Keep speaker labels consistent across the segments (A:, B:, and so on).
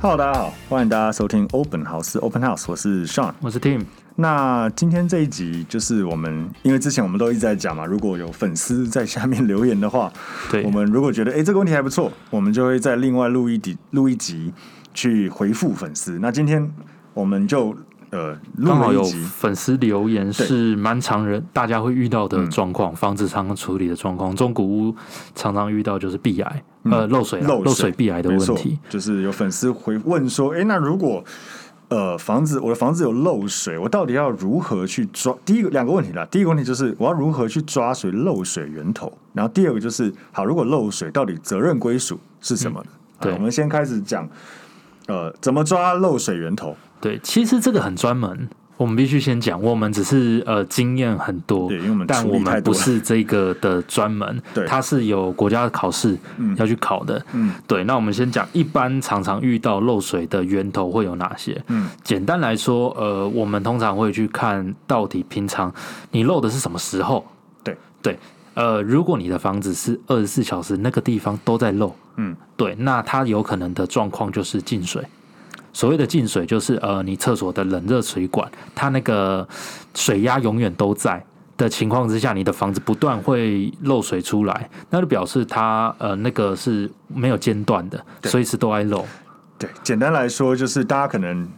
A: Hello，大家好，欢迎大家收听 Open House Open House，我是 Sean。
B: 我是 Tim，
A: 那今天这一集就是我们，因为之前我们都一直在讲嘛，如果有粉丝在下面留言的话，
B: 对
A: 我们如果觉得诶哎这个问题还不错，我们就会再另外录一集录一集去回复粉丝。那今天我们就呃录
B: 刚好
A: 了一
B: 有
A: 集，
B: 粉丝留言是蛮常人大家会遇到的状
A: 嗯
B: 况，房子常常处理的状况，中古屋常常遇到就是壁癌，呃，漏水啊
A: 嗯漏
B: 漏水壁癌的问
A: 没错
B: 题，
A: 就是有粉丝回问说，诶，那如果呃房子我的房子有漏水，我到底要如何去抓？第一个两个问题啦，第一个问题就是我要如何去抓水漏水源头，然后第二个就是好，如果漏水到底责任归属是什么呢？啊
B: 嗯对
A: 我们先开始讲，呃，怎么抓漏水源头？
B: 对，其实这个很专门，我们必须先讲，我们只是呃经验很多，
A: 对因为我们
B: 但
A: 处理
B: 我
A: 太
B: 们
A: 多
B: 不
A: 了
B: 是这个的专门，
A: 对
B: 它是有国家考试要去考的，
A: 嗯，
B: 对。那我们先讲一般常常遇到漏水的源头会有哪些？
A: 嗯，
B: 简单来说，呃，我们通常会去看到底平常你漏的是什么时候，
A: 对
B: 对。呃，如果你的房子是二十四小时那个地方都在漏，
A: 嗯，
B: 对，那它有可能的状况就是进水。所谓的进水，就是呃，你厕所的冷热水管，它那个水压永远都在的情况之下，你的房子不断会漏水出来，那就表示它呃那个是没有间断的，
A: 对
B: 随时都在漏。
A: 对，简单来说就是大家可能。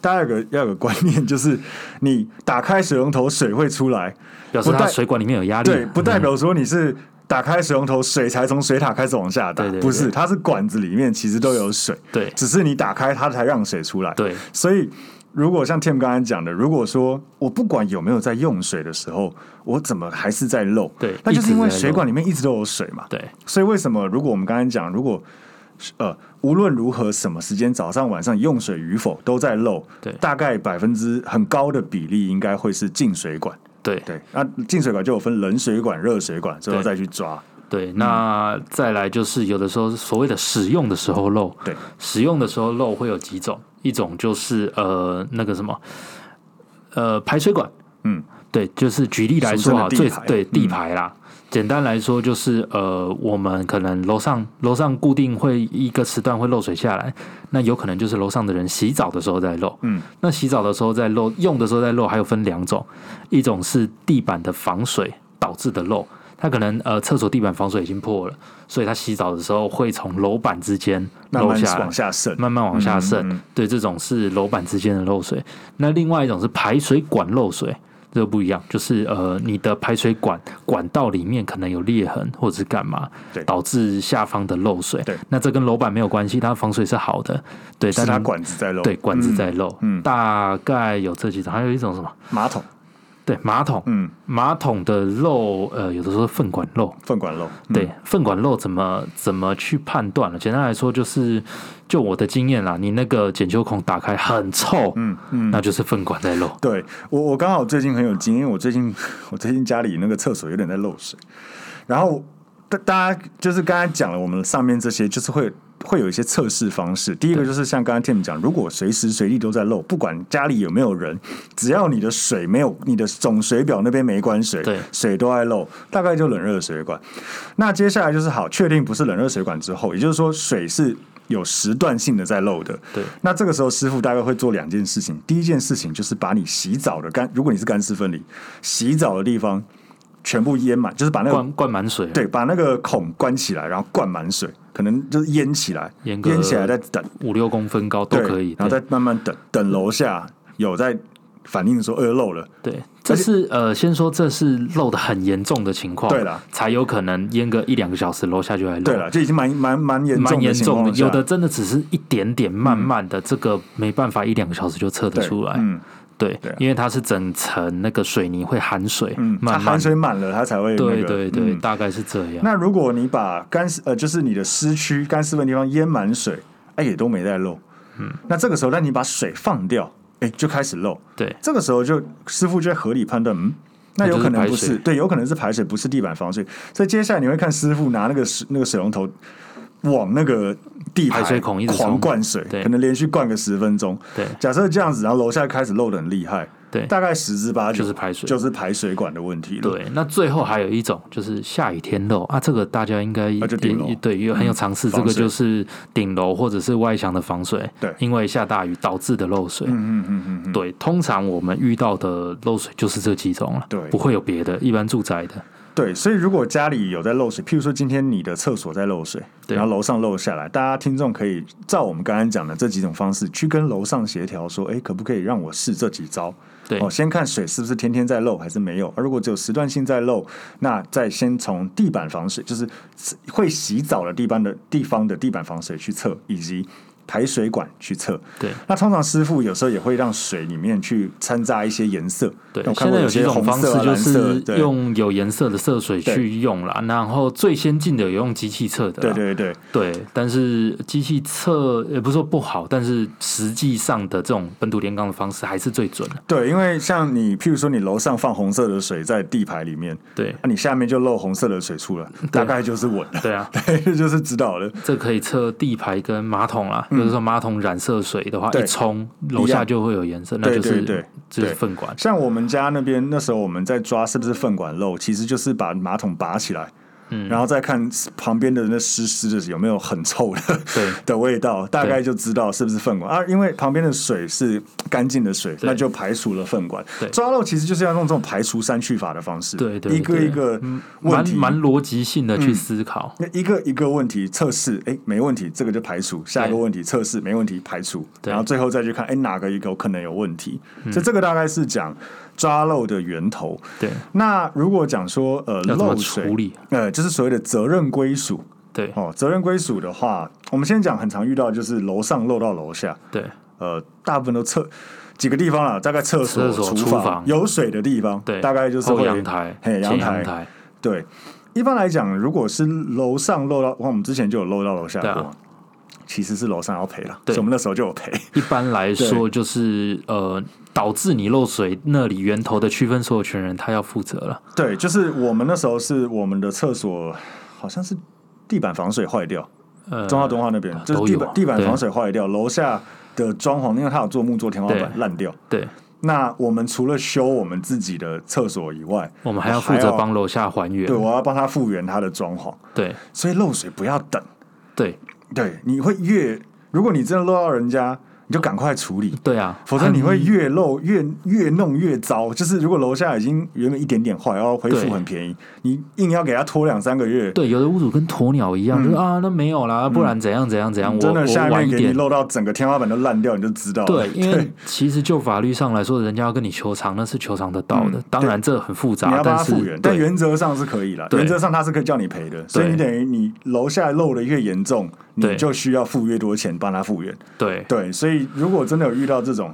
A: 大家有个要有个观念，就是你打开水龙头，水会出来，
B: 表示
A: 不
B: 它
A: 代
B: 水管里面有压力，
A: 对，不代表说你是打开水龙头，水才从水塔开始往下打，
B: 对对对
A: 不是，它是管子里面其实都有水，
B: 对
A: 只是你打开它才让水出来。，
B: 对
A: 所以如果像 Tim 刚才讲的，如果说我不管有没有在用水的时候，我怎么还是在漏？
B: 对
A: 那就是因为
B: 一直在漏
A: 水管里面一直都有水嘛。
B: 对
A: 所以为什么如果我们刚才讲，如果呃无论如何什么时间，早上晚上用水与否都在漏，
B: 对
A: 大概百分之很高的比例应该会是进水管。
B: 对
A: 对，那进水管就有分冷水管、热水管，最后再去抓。
B: 对。那再来就是有的时候所谓的使用的时候漏，
A: 对，
B: 使用的时候漏会有几种，一种就是呃那个什么，呃排水管，
A: 嗯，
B: 对，就是举例来
A: 俗
B: 说
A: 称
B: 啊，
A: 的
B: 最
A: 地排
B: 对
A: 嗯
B: 地排啦。简单来说，就是呃，我们可能楼上楼上固定会一个时段会漏水下来，那有可能就是楼上的人洗澡的时候在漏，
A: 嗯，
B: 那洗澡的时候在漏，用的时候在漏，还有分两种，一种是地板的防水导致的漏，它可能呃厕所地板防水已经破了，所以它洗澡的时候会从楼板之间
A: 慢
B: 漏
A: 慢
B: 下来
A: 往，下渗。
B: 慢慢往下渗。
A: 嗯嗯嗯
B: 对，这种是楼板之间的漏水。那另外一种是排水管漏水，这个不一样，就是呃，你的排水管管道里面可能有裂痕或者是干嘛
A: 对，
B: 导致下方的漏水。
A: 对
B: 那这跟楼板没有关系，它防水是好的，对，
A: 是
B: 但
A: 它管子在漏，
B: 对管子在漏，
A: 嗯嗯
B: 大概有这几种，还有一种什么？
A: 马桶，
B: 对，马桶，
A: 嗯，
B: 马桶的漏，呃，有的时候粪管漏，
A: 粪管漏，嗯
B: 对，粪管漏怎么怎么去判断呢？简单来说，就是就我的经验啦，你那个检修孔打开很臭，
A: 嗯嗯，
B: 那就是粪管在漏。
A: 对我我刚好最近很有经验，因为我最近我最近家里那个厕所有点在漏水，然后大大家就是刚才讲了，我们上面这些就是会。会有一些测试方式，第一个就是像刚刚 Tim 讲，如果随时随地都在漏，不管家里有没有人，只要你的水没有，你的总水表那边没关水，
B: 对
A: 水都在漏，大概就冷热水管。那接下来就是好，确定不是冷热水管之后，也就是说水是有时段性的在漏的，
B: 对
A: 那这个时候，师傅大概会做两件事情。第一件事情就是把你洗澡的干，如果你是干湿分离，洗澡的地方全部淹满，就是把那个
B: 灌灌满水，
A: 对，把那个孔关起来，然后灌满水，可能就是淹起来，
B: 淹
A: 淹
B: 个
A: 起来再等，
B: 五六公分高都
A: 对
B: 可以。
A: 然后
B: 对
A: 再慢慢等，等楼下有在反应说呃漏了，
B: 对，这是呃，先说这是漏的很严重的情况，
A: 对啦，
B: 才有可能淹个一两个小时，楼下就来漏。
A: 对了，就已经蛮蛮蛮严
B: 嗯蛮
A: 重
B: 严
A: 的情
B: 重的，
A: 况下，
B: 有的真的只是一点点，慢慢的，这个没办法，一两个小时就测得
A: 对
B: 出来。
A: 嗯
B: 对
A: 对啊，
B: 因为它是整层那个水泥会含水，
A: 嗯，它
B: 慢慢
A: 含水满了，它才会那
B: 对
A: 个
B: 对对，
A: 嗯
B: 大概是这样。
A: 那如果你把干湿呃，就是你的湿区干湿分地方淹满水，哎、也都没在漏。嗯，那这个时候，但你把水放掉，哎、就开始漏。
B: 对
A: 这个时候就师傅就会合理判断，嗯，那有可能不，
B: 那就是是排水
A: 对，有可能是排水，不是地板防水。所以接下来你会看师傅拿那个水那个水龙头往那个地排
B: 排水孔一直冲
A: 狂灌水，
B: 对
A: 可能连续灌个十分钟。
B: 对
A: 假设这样子，然后楼下开始漏的很厉害，
B: 对
A: 大概十之八九
B: 就是排水
A: 就是排水管的问题了。
B: 对，那最后还有一种就是下雨天漏啊，这个大家应该也、
A: 啊就顶楼
B: 也对也很有尝试，这
A: 防
B: 个
A: 水
B: 就是顶楼或者是外墙的防水，
A: 对
B: 因为下大雨导致的漏水。
A: 嗯嗯嗯嗯嗯，
B: 对，通常我们遇到的漏水就是这几种了，
A: 对
B: 不会有别的，一般住宅的，
A: 对，所以如果家里有在漏水，譬如说今天你的厕所在漏水，
B: 对
A: 然后楼上漏下来，大家听众可以照我们刚刚讲的这几种方式去跟楼上协调，说，哎，可不可以让我试这几招？
B: 对，
A: 哦，先看水是不是天天在漏还是没有。啊如果只有时段性在漏，那再先从地板防水，就是会洗澡的地板的地方的地板防水去测，以及排水管去测。
B: 对
A: 那通常师傅有时候也会让水里面去掺杂一些颜色。
B: 对
A: 我，看
B: 现
A: 过
B: 在有几
A: 些
B: 种
A: 红
B: 方
A: 色、
B: 式
A: 啊、
B: 就
A: 蓝色，
B: 是
A: 对
B: 用有颜色的色水
A: 对
B: 去用啦，然后最先进的有用机器测的
A: 对
B: 啦，
A: 对对，
B: 对，但是机器测呃也不是说不好，但是实际上的这种本土炼钢的方式还是最准的，
A: 对，因为像你，譬如说你楼上放红色的水在地排里面，
B: 对
A: 那、你下面就漏红色的水出来，大概就是稳 了，
B: 对啊，
A: 这就是知道了。
B: 这可以测地排跟马桶啦，就是说马桶染色水的话，
A: 嗯对
B: 一冲楼下就会有颜色，那
A: 对
B: 就
A: 对
B: 是
A: 对
B: 就是
A: 对
B: 粪管，
A: 像我们家那边那时候我们在抓是不是粪管漏，其实就是把马桶拔起来，
B: 嗯
A: 然后再看旁边的那湿湿的有没有很臭的
B: 对
A: 的味道，大概就知道是不是粪管啊。因为旁边的水是干净的水，那就排除了粪管
B: 对。
A: 抓漏其实就是要用这种排除删去法的方式，
B: 对对
A: 一个
B: 对
A: 一个问
B: 蛮
A: 题。嗯
B: 蛮逻辑性的去思考，
A: 那一个一个问题测试，哎，没问题，这个就排除；下一个
B: 对
A: 问题测试没问题，排除，
B: 对嗯
A: 然后最后再去看，哎，哪个有可能有问题？所以这个大概是讲抓漏的源头。
B: 对，
A: 那如果讲说呃
B: 要怎么
A: 漏水
B: 处理？
A: 呃，就是所谓的责任归属
B: 对
A: 哦。责任归属的话，我们先讲很常遇到，就是楼上漏到楼下，
B: 对
A: 呃，大部分都厕几个地方啦，大概厕所、
B: 厕所
A: 厨
B: 厨房
A: 有水的地方，
B: 对，
A: 大概就是
B: 后
A: 会
B: 阳台、
A: 嘿，阳
B: 前
A: 台
B: 阳，台，
A: 对。一般来讲，如果是楼上漏到，哇我们之前就有漏到楼下
B: 对
A: 过
B: 啊
A: 嘛，其实是楼上要赔了，
B: 对
A: 所以我们那时候就有赔。
B: 一般来说就是呃，导致你漏水那里源头的区分所有权人他要负责了。
A: 对，就是我们那时候是我们的厕所好像是地板防水坏掉，
B: 呃，
A: 中华敦化那边、就是地
B: 都有啊
A: 板地板
B: 对
A: 防水坏掉，楼下的装潢，因为它有做木做天花板
B: 对
A: 烂掉。
B: 对，
A: 那我们除了修我们自己的厕所以外，
B: 我们还要负责帮楼下还原
A: 对。我要帮他复原他的装潢，
B: 对
A: 所以漏水不要等，
B: 对
A: 对，你会越如果你真的漏到人家，你就赶快处理。
B: 对啊，
A: 否则你会越漏越越弄越糟，就是如果楼下已经原本一点点坏，然后恢
B: 对
A: 复很便宜，你硬要给他拖两三个月，
B: 嗯对有的屋主跟鸵鸟一样，就是啊，那没有啦，不然怎样怎样怎样，我
A: 嗯真的
B: 我
A: 下
B: 晚
A: 面
B: 一
A: 给你
B: 点。
A: 漏到整个天花板都烂掉，你就知道了。
B: 对，因为其实就法律上来说，人家要跟你求偿，那是求偿得到的。当然这很复
A: 嗯你
B: 杂
A: 要，帮
B: 但
A: 他
B: 是
A: 复原，但
B: 对
A: 原则上是可以啦。
B: 对
A: 原则上他是可以叫你赔的，所以你等于你楼下漏的越严重，
B: 对
A: 你就需要付越多钱帮他复原。
B: 对
A: 对，所以如果真的有遇到这种，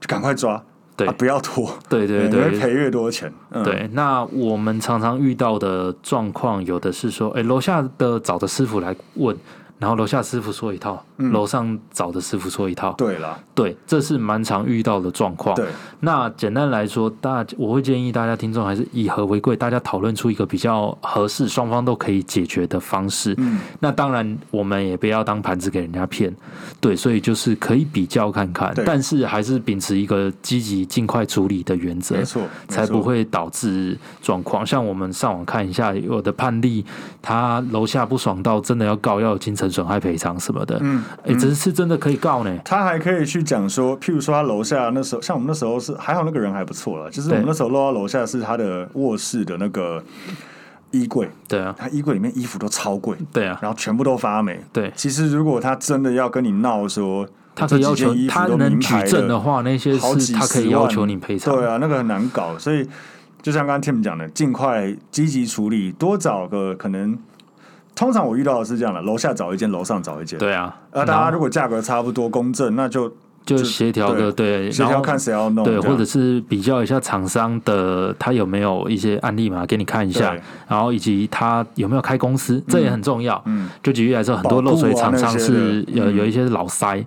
A: 就赶快抓，
B: 对
A: 啊不要拖，
B: 对对
A: 你会
B: 对，
A: 赔越多钱。嗯，
B: 对，那我们常常遇到的状况，有的是说，哎，楼下的找的师傅来问，然后楼下师傅说一套，
A: 嗯
B: 楼上找的师傅说一套，
A: 对啦，
B: 对，这是蛮常遇到的状况。
A: 对，
B: 那简单来说，大我会建议大家听众还是以和为贵，大家讨论出一个比较合适、双方都可以解决的方式。
A: 嗯，
B: 那当然，我们也不要当盘子给人家骗，对，所以就是可以比较看看
A: 对，
B: 但是还是秉持一个积极、尽快处理的原则
A: 没，错，
B: 才
A: 没错
B: 不。会导致状况。像我们上网看一下，有的判例，他楼下不爽到真的要告，要有精神损害赔偿什么的，
A: 嗯，
B: 哎、这是真的可以告呢。
A: 他还可以去讲说，譬如说他楼下那时候，像我们那时候是还好，那个人还不错了，就是我们
B: 对
A: 那时候漏到楼下是他的卧室的那个衣柜，
B: 对啊，
A: 他衣柜里面衣服都超贵，
B: 对啊，
A: 然后全部都发霉。
B: 对。
A: 其实如果他真的要跟你闹说，
B: 他可以要
A: 这
B: 求
A: 几件衣
B: 他
A: 服都
B: 能
A: 名
B: 举
A: 牌
B: 证的话，那些
A: 好
B: 是
A: 几
B: 他可以
A: 十
B: 要
A: 万
B: 求你赔偿。
A: 对啊，那个很难搞。所以就像刚刚 Tim 讲的，尽快积极处理，多找个可能。通常我遇到的是这样的，楼下找一间，楼上找一间。
B: 对啊，
A: 啊，大家
B: 然后
A: 如果价格差不多公正，那就
B: 就
A: 就
B: 协调个对，
A: 协
B: 然
A: 调
B: 后
A: 看谁要弄，
B: 对，
A: 这样
B: 或者是比较一下厂商的他有没有一些案例嘛，给你看一下
A: 对，
B: 然后以及他有没有开公司，这也很重要。
A: 嗯，
B: 就举例来说，很多
A: 保护啊
B: 漏水厂商是
A: 那些的
B: 有
A: 嗯
B: 有一些是老塞。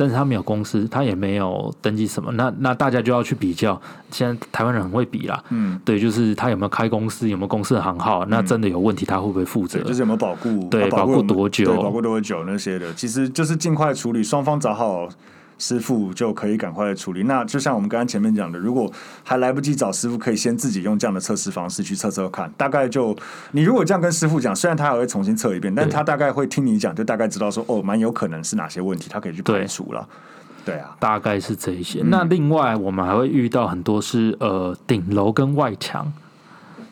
B: 但是他没有公司，他也没有登记什么，那那大家就要去比较。现在台湾人很会比啦，
A: 嗯，
B: 对，就是他有没有开公司，有没有公司的行号，那真的有问题，他会不会负责
A: 对，？就是有没有保固，
B: 对
A: 啊
B: 保
A: 保
B: 固
A: 我们
B: 多久
A: 对，保固多久那些的，其实就是尽快处理，双方找好师傅就可以赶快处理。那就像我们刚刚前面讲的，如果还来不及找师傅，可以先自己用这样的测试方式去测测看。大概就你如果这样跟师傅讲，虽然他还会重新测一遍，但
B: 对
A: 他大概会听你讲，就大概知道说哦，蛮有可能是哪些问题，他可以去排
B: 对
A: 除了。对啊，
B: 大概是这一些。那另外我们还会遇到很多是呃顶楼跟外墙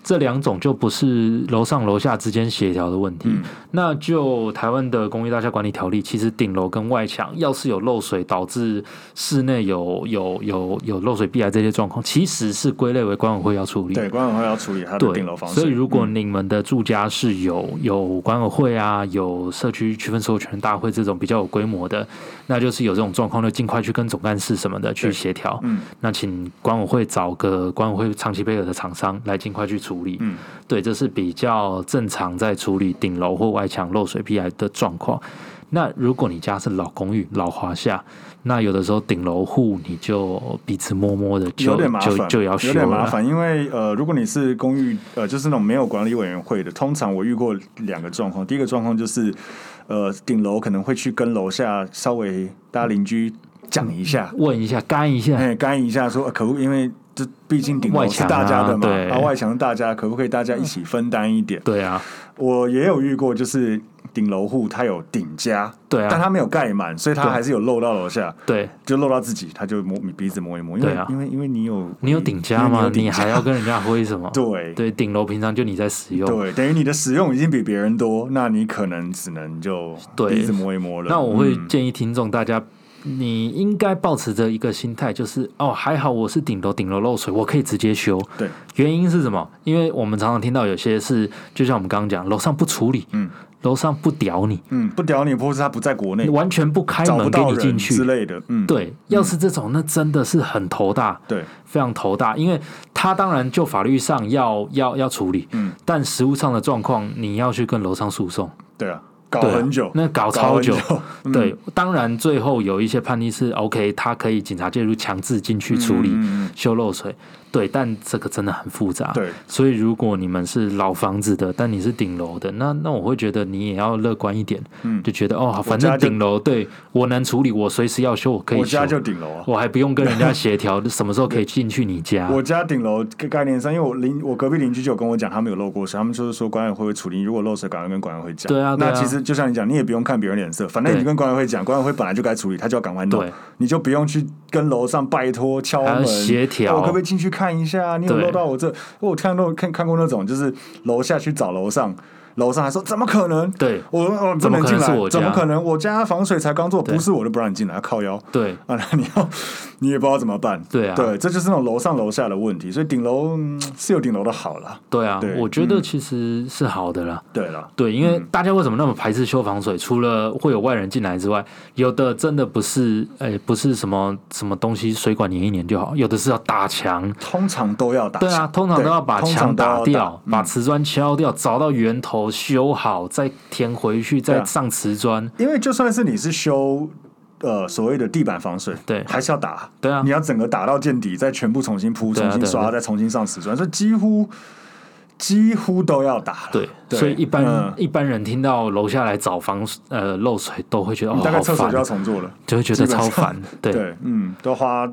B: 这两种，就不是楼上楼下之间协调的问题。那就台湾的公寓大厦管理条例，其实顶楼跟外墙要是有漏水导致室内有有有有漏水壁癌这些状况，其实是归类为管委会要处理的。
A: 对，管委会要处理他的
B: 对，
A: 顶楼方嗯式。
B: 所以如果你们的住家是有有管委会啊，有社区区分所有权大会这种比较有规模的，那就是有这种状况就尽快去跟总干事什么的去协调。
A: 嗯，
B: 那请管委会找个管委会长期配合的厂商来尽快去处理。
A: 嗯，
B: 对，这是比较正常在处理顶楼或外墙漏水壁癌的状况。那如果你家是老公寓、老华夏，那有的时候顶楼户你就鼻子摸摸的就，
A: 有点麻
B: 就
A: 烦，
B: 就要修
A: 有点麻
B: 了。
A: 烦，因为呃，如果你是公寓，呃，就是那种没有管理委员会的，通常我遇过两个状况。第一个状况就是，呃，顶楼可能会去跟楼下稍微大家邻居讲一下，
B: 问一下，干一下，
A: 哎、干一下说，呃可不，因为这毕竟顶楼
B: 外
A: 是
B: 墙啊
A: 大家的嘛，
B: 对
A: 啊，外墙是大家，可不可以大家一起分担一点？
B: 对啊，
A: 我也有遇过，就是顶楼户他有顶加，
B: 对啊
A: 但他没有盖满，所以他
B: 对
A: 还是有漏到楼下。
B: 对
A: 就漏到自己，他就摸你鼻子摸一摸，因为、
B: 对啊
A: 因为因为你有
B: 你有顶加
A: 因为嗯你
B: 吗？你
A: 有顶加
B: 还要跟人家挥什么？
A: 对
B: 对，顶楼平常就你在使用。
A: 对，等于你的使用已经比别人多，那你可能只能就
B: 对
A: 鼻子摸一摸了。
B: 那我会
A: 嗯
B: 建议听众大家，你应该保持着一个心态，就是哦，还好我是顶楼，顶楼漏水，我可以直接修。
A: 对
B: 原因是什么？因为我们常常听到有些是，就像我们刚刚讲，楼上不处理，
A: 嗯，
B: 楼上不屌你，
A: 嗯不屌你，或是他不在国内，
B: 完全不开
A: 哎找不
B: 门给
A: 到
B: 你进
A: 人
B: 去
A: 之。类的。嗯，
B: 对，要是这种，那真的是很头大。
A: 对啊
B: 非常头大，因为他当然就法律上要要要处理，
A: 嗯，
B: 但实务上的状况你要去跟楼上诉讼，
A: 对啊，搞
B: 对啊
A: 很久，
B: 那搞超
A: 很
B: 久
A: 久， 嗯
B: 对，当然最后有一些判例是 OK，他可以警察介入强制进去处理、
A: 嗯嗯嗯
B: 修漏水，对，但这个真的很复杂，
A: 对，
B: 所以如果你们是老房子的，但你是顶楼的，那那我会觉得你也要乐观一点，
A: 嗯
B: 就觉得哦，反
A: 我
B: 正
A: 家就
B: 顶楼对我能处理，我随时要修，我可以
A: 我
B: 修
A: 家。就顶楼啊。
B: 我还不用 跟人家协调什么时候可以进去你家。
A: 我家顶楼概念上，因为我邻我隔壁邻居就有跟我讲，他们有漏过水，他们就是说管委会会处理，如果漏水，赶快跟管委会讲。
B: 对啊对
A: 那
B: 啊
A: 其实就像你讲，你也不用看别人脸色，反正
B: 对
A: 你跟管委会讲，管委会本来就该处理，他就要赶快弄
B: 对，
A: 你就不用去跟楼上拜托敲
B: 还要
A: 门
B: 协调
A: 哦我可不可以进去看一下？你有
B: 对
A: 漏到我这？我有看到看看过那种，就是楼下去找楼上，楼上还说怎么可能？
B: 对
A: 我我不
B: 怎么
A: 能
B: 可
A: 进
B: 能是
A: 来，
B: 我
A: 怎么
B: 家
A: 可能？我家防水才刚做，
B: 对
A: 不是我就不让你进来，靠腰。
B: 对
A: 啊， 那你要你也不知道怎么办。
B: 对啊
A: 对，这就是那种楼上楼下的问题，所以顶楼、嗯是有顶楼的好啦。
B: 对啊，
A: 对嗯
B: 我觉得其实是好的啦。
A: 对了，
B: 对，因为大家为什么那么排斥修防水？除了会有外人进来之外，有的真的不是，哎、不是什么什么东西，水管粘一粘就好，有的是要打墙。
A: 通常都要打
B: 对啊，
A: 墙，
B: 通常都要把
A: 对通常
B: 墙
A: 都要打
B: 掉，
A: 嗯
B: 把瓷砖敲掉，找到源头修好，再填回去，
A: 对
B: 再
A: 啊
B: 上瓷砖。
A: 因为就算是你是修呃所谓的地板防水，
B: 对
A: 还是要打。
B: 对啊
A: 你要整个打到见底，再全部重新铺、
B: 对啊
A: 重新刷、
B: 对啊
A: 再重新上瓷砖，所以几乎几乎都要打了。
B: 对，所以一般、
A: 嗯
B: 一般人听到楼下来找防呃漏水，都会觉得哦，
A: 嗯大概
B: 好
A: 厕所
B: 烦
A: 就要重做了。
B: 就会觉
A: 基
B: 得
A: 本
B: 超
A: 上
B: 烦。对
A: 对，嗯，都花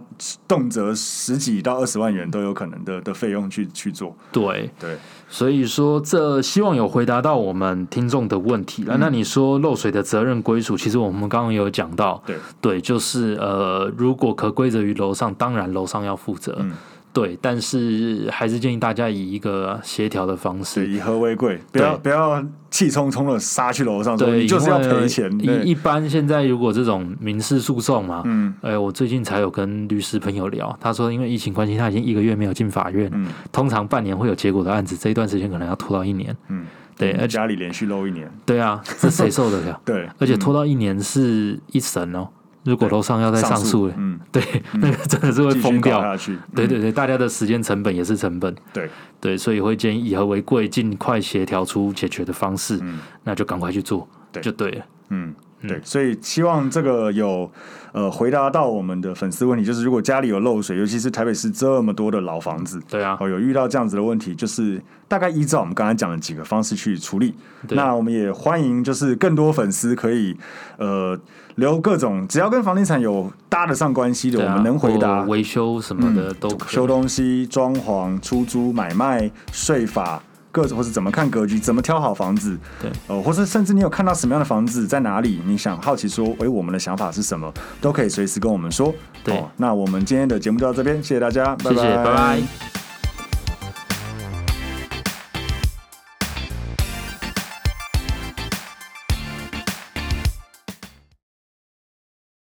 A: 动辄十几到二十万元都有可能的的费用去去做，
B: 对，
A: 对，
B: 所以说，这希望有回答到我们听众的问题
A: 嗯
B: 了。那你说漏水的责任归属，其实我们刚刚有讲到，
A: 对
B: 就是呃，如果可归责于楼上，当然楼上要负责，
A: 嗯
B: 对。但是还是建议大家以一个协调的方
A: 对，
B: 式，
A: 以和为贵，不要
B: 对
A: 不要气冲冲的杀去楼上说
B: 对，
A: 你就是要
B: 因为
A: 赔钱，
B: 一
A: 对，
B: 一般现在如果这种民事诉讼嘛，
A: 嗯，
B: 哎，我最近才有跟律师朋友聊，他说因为疫情关系，他已经一个月没有进法院，
A: 嗯
B: 通常半年会有结果的案子，这一段时间可能要拖到一年，
A: 嗯，
B: 对，而且
A: 家里连续漏一年，
B: 对啊， 这谁受得 了？
A: 对，
B: 而且拖到一年是一审哦，如果楼上要再上诉，哎
A: 嗯，
B: 对，那个真的是会
A: 继续
B: 疯
A: 搞
B: 掉。
A: 下去，嗯
B: 对对对，大家的时间成本也是成本，
A: 对，
B: 对，所以会建议以和为贵，尽快协调出解决的方式，
A: 嗯
B: 那就赶快去做，
A: 对
B: 就对了。
A: 嗯，对，所以希望这个有呃回答到我们的粉丝问题，就是如果家里有漏水，尤其是台北市这么多的老房子，
B: 对啊
A: 哦，有遇到这样子的问题，就是大概依照我们刚才讲的几个方式去处理。
B: 对
A: 那我们也欢迎，就是更多粉丝可以呃留各种，只要跟房地产有搭得上关系的，
B: 对
A: 我
B: 啊，
A: 们能回答嗯
B: 或维修什么的都可以。
A: 修东西、装潢、出租、买卖、税法。各种或是怎么看格局，怎么挑好房子，
B: 对，
A: 呃，或是甚至你有看到什么样的房子在哪里，你想好奇说，诶，我们的想法是什么，都可以随时跟我们说。
B: 对
A: 那我们今天的节目就到这边，谢谢大家，
B: 谢谢，拜拜。